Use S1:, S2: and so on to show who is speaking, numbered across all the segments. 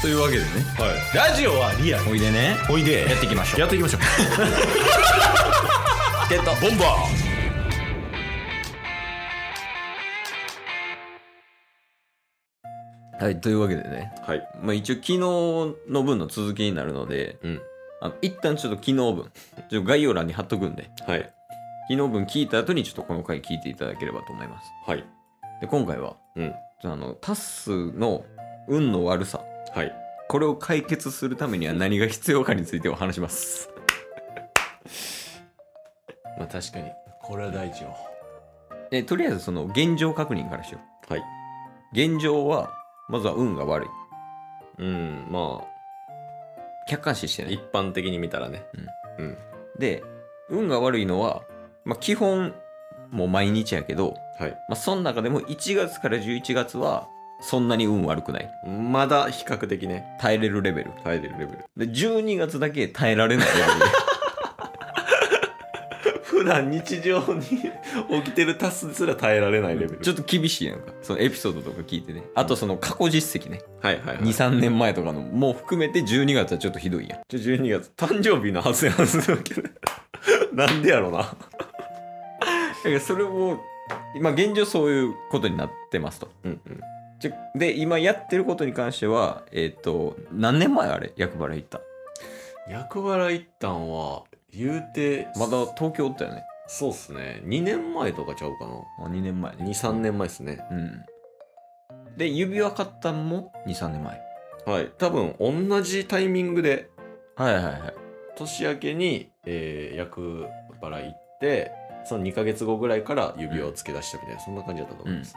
S1: というわけでね
S2: はい、ラジオはリアル
S1: おいでね
S2: おいで
S1: やっていきましょう
S2: やってい きましょう
S1: ゲット
S2: ボンバ
S1: はいというわけでね、
S2: ーはい
S1: まあ、一応昨日の分の続きになるので
S2: うん
S1: あの一旦ちょっと昨日分ちょっと概要欄に貼っとくんで
S2: はい
S1: 昨日分聞いた後にちょっとこの回聞いていただければと思います
S2: はい
S1: で今回は
S2: うん
S1: あのタッスの運の悪さ
S2: はい
S1: これを解決するためには何が必要かについてお話します
S2: まあ確かにこれは大事よ
S1: でとりあえずその現状確認からしよう
S2: はい
S1: 現状はまずは運が悪い
S2: うんま
S1: 客観視して
S2: あ
S1: ね
S2: 一般的に見たらねうん
S1: で運が悪いのは、まあ、基本もう毎日やけど、
S2: はい
S1: まあ、その中でも1月から11月はそんなに運悪くない
S2: まだ比較的ね
S1: 耐えれるレベル
S2: 耐えてるレベル
S1: で12月だけ耐えられないレベル
S2: 普段日常に起きてるタスすら耐えられないレベル
S1: ちょっと厳しいやんかそのエピソードとか聞いてねあとその過去実績ね
S2: はいはい、はい、
S1: 23年前とかのもう含めて12月はちょっとひどいやん
S2: ちょ12月誕生日のはずやはずだけどなん でやろな
S1: だからそれを今現状そういうことになってますと
S2: うんうん
S1: じゃで今やってることに関してはえっ、と何年前あれ役払い行った
S2: 厄払い一旦は言うて
S1: まだ東京おったよね
S2: そうっすね2年前とかちゃうか
S1: あ2年前
S2: な23年前っすね
S1: うんで指輪買ったんも23年前
S2: はい多分同じタイミングで
S1: はいはいはい
S2: 年明けに、えー、厄払い行ってその2ヶ月後ぐらいから指輪を付け出したみたいな、そんな感じだったと思います、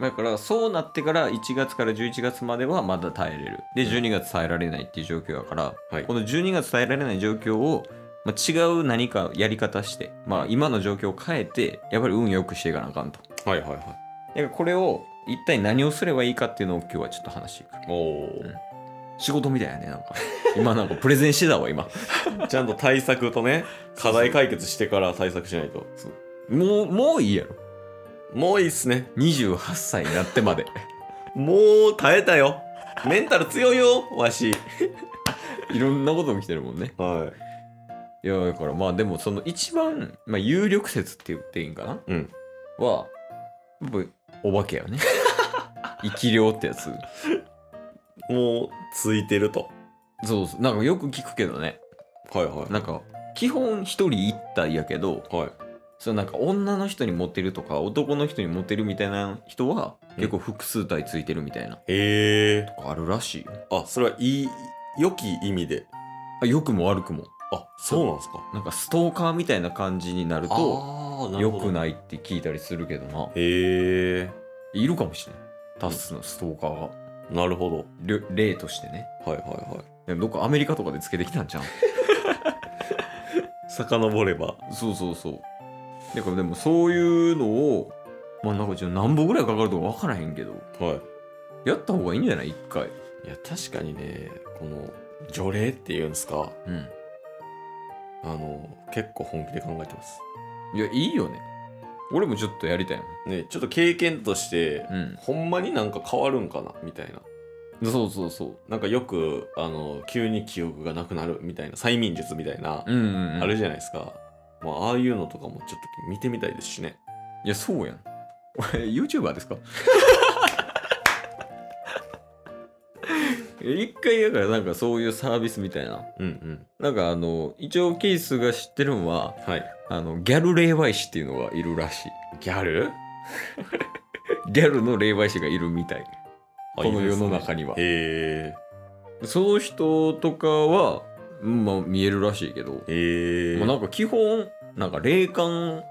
S1: だからそうなってから1月から11月まではまだ耐えれるで
S2: うん
S1: 12月耐えられないっていう状況だから、
S2: はい
S1: この12月耐えられない状況を、まあ、違う何かやり方して、まあ、今の状況を変えてやっぱり運良くしていかなあかんとだ
S2: はいはいはい
S1: からこれを一体何をすればいいかっていうのを今日はちょっと話していく
S2: おお
S1: うん仕事みたいやねなん か今なんかプレゼンしてたわ今
S2: ー、ちゃんと対策と ね課題解決してから対策しないと
S1: もうもういいやろ
S2: もういいっすね
S1: 28歳になって まで
S2: もう耐えたよメンタル強いよわし
S1: いろんなことも来てるもんね
S2: はい
S1: やだからまあでもその一番、まあ、有力説って言っていいんかな
S2: うん
S1: はやっぱお化 けよね生き量ってやつ
S2: いもうついてると
S1: そうそうなんかよく聞くけどね
S2: はいは
S1: なんか基本一人一体やけど
S2: いはい
S1: そのなんか女の人にモテるとか男の人にモテるみたいな人は結構複数体ついてるみたいな
S2: へえ
S1: あるらしいよ
S2: あそれはいい良き意味で
S1: あ良くも悪くも
S2: あそうなんですか
S1: なんかストーカーみたいな感じになると
S2: あーなる
S1: 良
S2: ほど
S1: くないって聞いたりするけどな
S2: へえ
S1: いるかもしれないタッスのストーカーが
S2: なるほど
S1: りょ例としてね
S2: はいはいはい
S1: でもどっかアメリカとかでつけてきたんじゃん
S2: 遡れば
S1: そうそうそう。だからでもそういうのを、まあなんかちょっと何本ぐらいかかるとか分からへんけど、
S2: は
S1: やった方がいいんじゃない一回。
S2: いいや確かにねこの除霊っていうんですか
S1: うん。
S2: あの結構本気で考えてます
S1: いや、いいよね。俺もちょっとやりたいも
S2: ねちょっと経験として、
S1: ん。
S2: ほんまになんか変わるんかなみたいな
S1: うん。そうそうそう。
S2: なんかよくあの急に記憶がなくなるみたいな催眠術みたいな、
S1: うんうん、うん。
S2: あるじゃないですか、まあ、ああいうのとかもちょっと見てみたいですしね
S1: いや、そうやん。俺、YouTuber ですか一回だからなんかそういうサービスみたいな。
S2: うん
S1: なんかあの、一応ケースが知ってるのは、
S2: うんはい
S1: あの、ギャル霊媒師っていうのがいるらしい。
S2: ギャル
S1: ギャルの霊媒師がいるみたい。この世の中
S2: に
S1: には。
S2: へ
S1: その人とかは、うんまあ、見えるらしいけど、
S2: えへえ
S1: もうなんか基本なんか霊感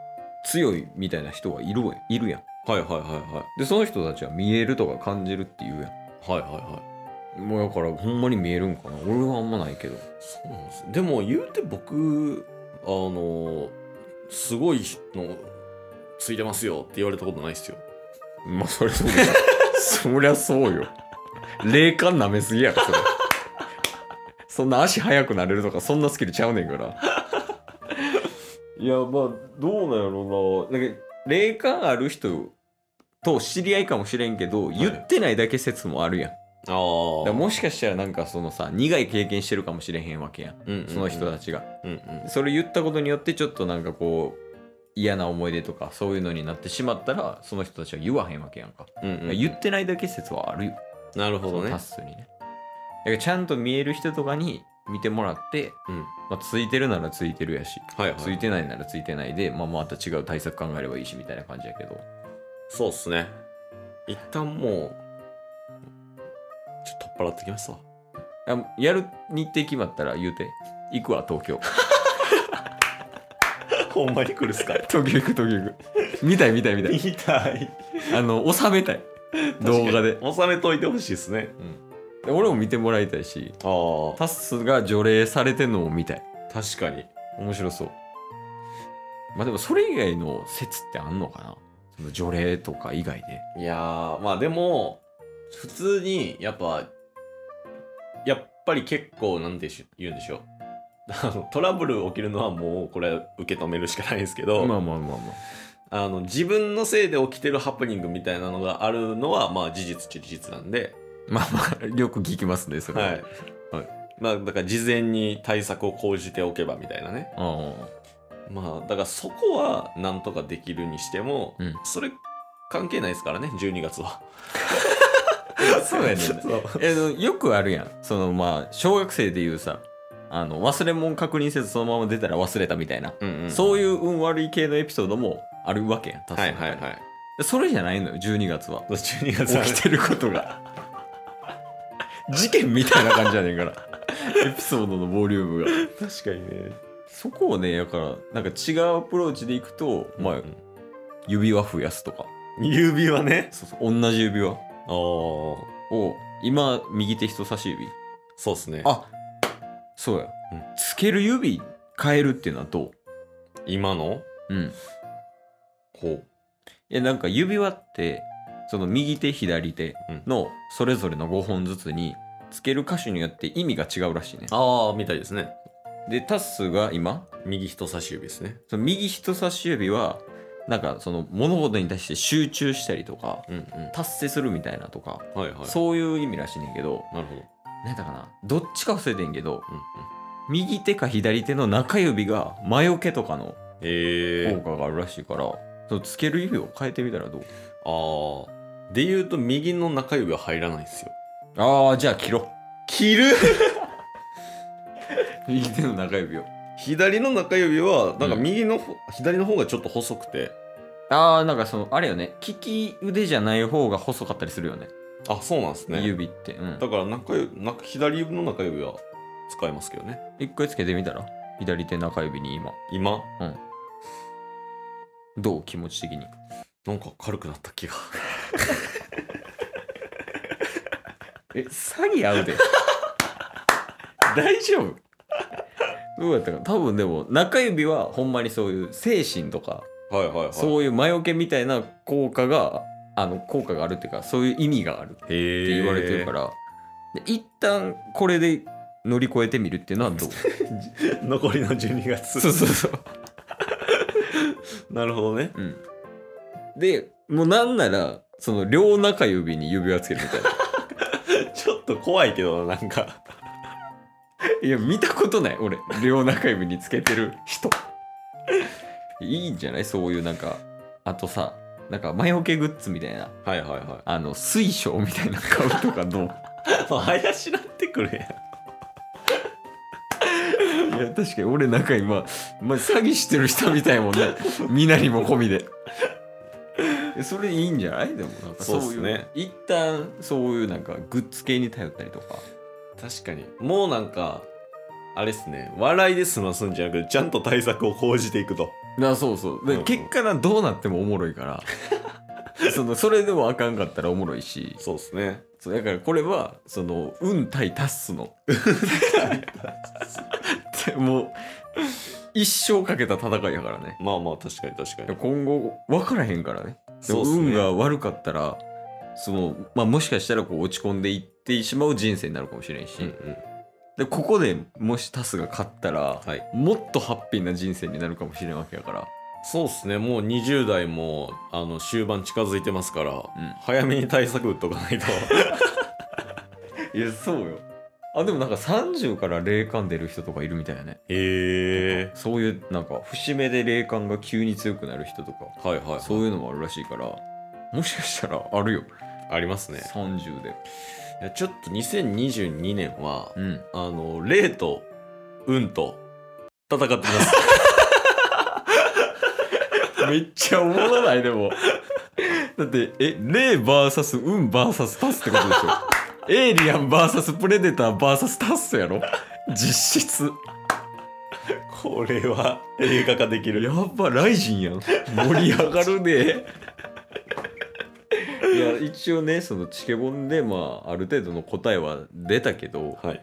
S1: 強いみたいな人はいるわいるやん
S2: はいはいはいは
S1: でその人たちは見えるとか感じるって言うや
S2: いはいはいはい
S1: んもうだからほんまに見えるんかな俺はあんまないけど
S2: そうなんですでも言うて僕あのすごいのついてますよって言われたことないっすよ
S1: まあそりゃそう だそりゃそうよ霊感なめすぎやろそれ そんな足速くなれるとかそんなスキルちゃうねんから
S2: いやまあどうなんやろ
S1: だけど霊感ある人と知り合いかもしれんけど、言ってないだけ説もあるやん
S2: あ
S1: だ
S2: あ
S1: からもしかしたらなんかそのさ苦い経験してるかもしれへんわけやん
S2: うんうんうん
S1: その人たちが、
S2: うんうん
S1: それ言ったことによってちょっとなんかこう嫌な思い出とかそういうのになってしまったらその人たちは言わへんわけやんか、
S2: うんうん
S1: 言ってないだけ説はあるよ
S2: なるほ
S1: そ
S2: ど
S1: の
S2: ね
S1: タスにねだからちゃんと見える人とかに見てもらって、
S2: うん
S1: まあ、ついてるならついてるやし、
S2: はいはい
S1: ついてないならついてないで、まあ、また違う対策考えればいいしみたいな感じやけど
S2: そうっすね一旦もうちょっと取っ払ってきますわ
S1: あやる日程決まったら言うて行くわ東京
S2: ほんまに来るっす か
S1: 東京行く東京行 く見たい見たい見たい
S2: 見たい
S1: あの収めたい動画で
S2: 収めといてほしいですね
S1: 俺も見てもらいたいし
S2: あ
S1: タスが除霊されてんのも見たい
S2: あ確かに
S1: 面白そうまあでもそれ以外の説ってあんのかなその除霊とか以外で
S2: いやーまあでも普通にやっぱやっぱり結構なんでし言うんでしょう あのトラブル起きるのはもうこれは受け止めるしかないですけど、
S1: まあまあまあまあ
S2: あの自分のせいで起きてるハプニングみたいなのがあるのはまあ事実っちゃ事実なんで、
S1: まあまあ、よく聞きますね、それ。
S2: はい。まあだから事前に対策を講じておけばみたいなね
S1: あ
S2: まあだからそこはなんとかできるにしても、
S1: うん
S2: それ関係ないですからね12月は
S1: あ。そうやねんな。
S2: そう
S1: えのよくあるやん。そのまあ、小学生でいうさ、あの忘れ物確認せずそのまま出たら忘れたみたいな、
S2: うんうん
S1: そういう運悪い系のエピソードもあるわけやん。確か
S2: は
S1: に
S2: いはいはい
S1: それじゃないのよ、12月は。
S2: 12
S1: 起きてることが。事件みたいな感じやね んから。エピソードのボリュームが。
S2: 確かにね
S1: そこをね、だから、なんか違うアプローチでいくと、まあ、指輪増やすとか、
S2: 指輪ね
S1: そうそう同じ指輪。
S2: ああ
S1: を今右手人差し指
S2: そうっすね
S1: あそうや、
S2: うん
S1: つける指変えるっていうのはど
S2: 今の
S1: ううん
S2: こう
S1: いやなんか指輪ってその右手左手のそれぞれの5本ずつにつける箇所によって意味が違うらしいね
S2: ああみたいですね
S1: でタッスが今
S2: 右人差し指ですね
S1: その右人差し指はなんかその物事に対して集中したりとか
S2: うんう
S1: 達成するみたいなとか、
S2: んはいはい
S1: そういう意味らしいねんけど
S2: うなるほど
S1: 何やったかなどっちか忘れてんけど
S2: うんうん
S1: 右手か左手の中指が魔除けとかの
S2: ええ
S1: 効果があるらしいから、そのつける指を変えてみたらどう
S2: ああで言うと右の中指は入らないんですよ
S1: ああじゃあ切ろ
S2: 切る
S1: う 右手の中指を
S2: 左の中指はなんか
S1: うん
S2: 右のほ、左の方がちょっと細くて
S1: ああなんかそのあれよね利き腕じゃない方が細かったりするよね
S2: あそうなんですね
S1: 指って、うん
S2: だから中指中左の中指は使えますけどね
S1: 一回つけてみたら左手中指に今
S2: 今
S1: どう気持ち的に
S2: なんか軽くなった気が
S1: え詐欺合うで 大丈夫どうやったかな多分でも中指はほんまにそういう精神とか
S2: はいはいはい
S1: そういう魔除けみたいな効果があの効果があるっていうかそういう意味があるって
S2: へ
S1: 言われてるからら、で一旦これで乗り越えてみるっていうのはどう
S2: 残りの12月
S1: そうそうそう、
S2: なるほどね
S1: うん、でもうなんならその両中指に指輪つけるみたいな
S2: ちょっと怖いけどななんか
S1: いや見たことない俺両中指につけてる人いいんじゃないそういうなんかあとさなんか魔除けグッズみたいな
S2: はいはいは
S1: あの水晶みたいなの買うとかどう
S2: い もう怪しなってくれや
S1: いや確かに俺なんか今、ま詐欺してる人みたいもんね身なりも込みでえそれいいんじゃないでもなんかそう
S2: そ
S1: いう
S2: うっすね
S1: 一旦そういうなんかグッズ系に頼ったりとか
S2: 確かにもうなんかあれっすね笑いで済ますんじゃなくてちゃんと対策を講じていくと
S1: なそうそうで、
S2: うんうん
S1: 結果などうなってもおもろいから そのそれでもあかんかったらおもろいし
S2: そうっすね
S1: そうだからこれはその運対タッスのもう一生かけた戦いやからね
S2: まあまあ確かに確かに
S1: 今後分からへんからねでも
S2: っすね
S1: 運が悪かったらその、まあ、もしかしたらこう落ち込んでいってしまう人生になるかもしれんし、
S2: うんうん
S1: でここでもしタスが勝ったら、
S2: はい
S1: もっとハッピーな人生になるかもしれんわけやから
S2: そうっすねもう20代もあの終盤近づいてますから、
S1: ん
S2: 早めに対策打っとかないと
S1: いやそうよあでもなんか30から霊感出る人とかいるみたいやね
S2: へえ
S1: そういうなんか節目で霊感が急に強くなる人とか
S2: はいはいはい
S1: そういうのもあるらしいからもしかしたらあるよ、
S2: ありますね
S1: 30で
S2: いやちょっと2022年は
S1: うん
S2: あの霊と運と戦ってます
S1: めっちゃおもろないでもだってえ霊 VS 運 VS タスってことでし ょエイリアン VS プレデター VS タスやろ実質
S2: これは映画化できる
S1: やっぱライジンやん盛り上がるねいや一応ねそのチケボンでまあある程度の答えは出たけど
S2: はい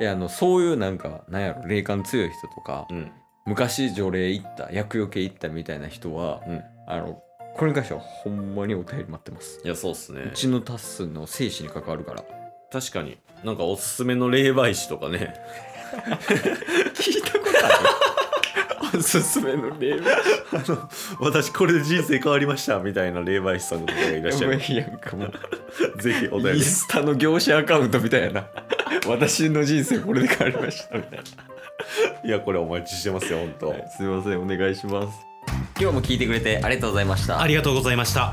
S1: いやあのそういうなんかなんやろ霊感強い人とか
S2: うん
S1: 昔除霊行った厄除け行ったみたいな人は
S2: うん
S1: あのこれに関してはほんまにお便り待ってます
S2: いやそうっす
S1: う
S2: ね
S1: ちのタッスンの生死に関わるから
S2: 確かになんかおすすめの霊媒師とかね
S1: 聞いたことある おすすめの霊媒
S2: あの私これで人生変わりましたみたいな霊媒師さんの方がいらっしゃる
S1: いやんかもう
S2: ぜひお便
S1: イン
S2: り
S1: スタの業者アカウントみたいやな 私の人生これで変わりましたみたい
S2: い やこれお待ちしてますよ本当、
S1: なすいませんお願いします今日も聞いてくれてありがとうございました
S3: ありがとうございました。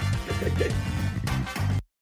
S3: す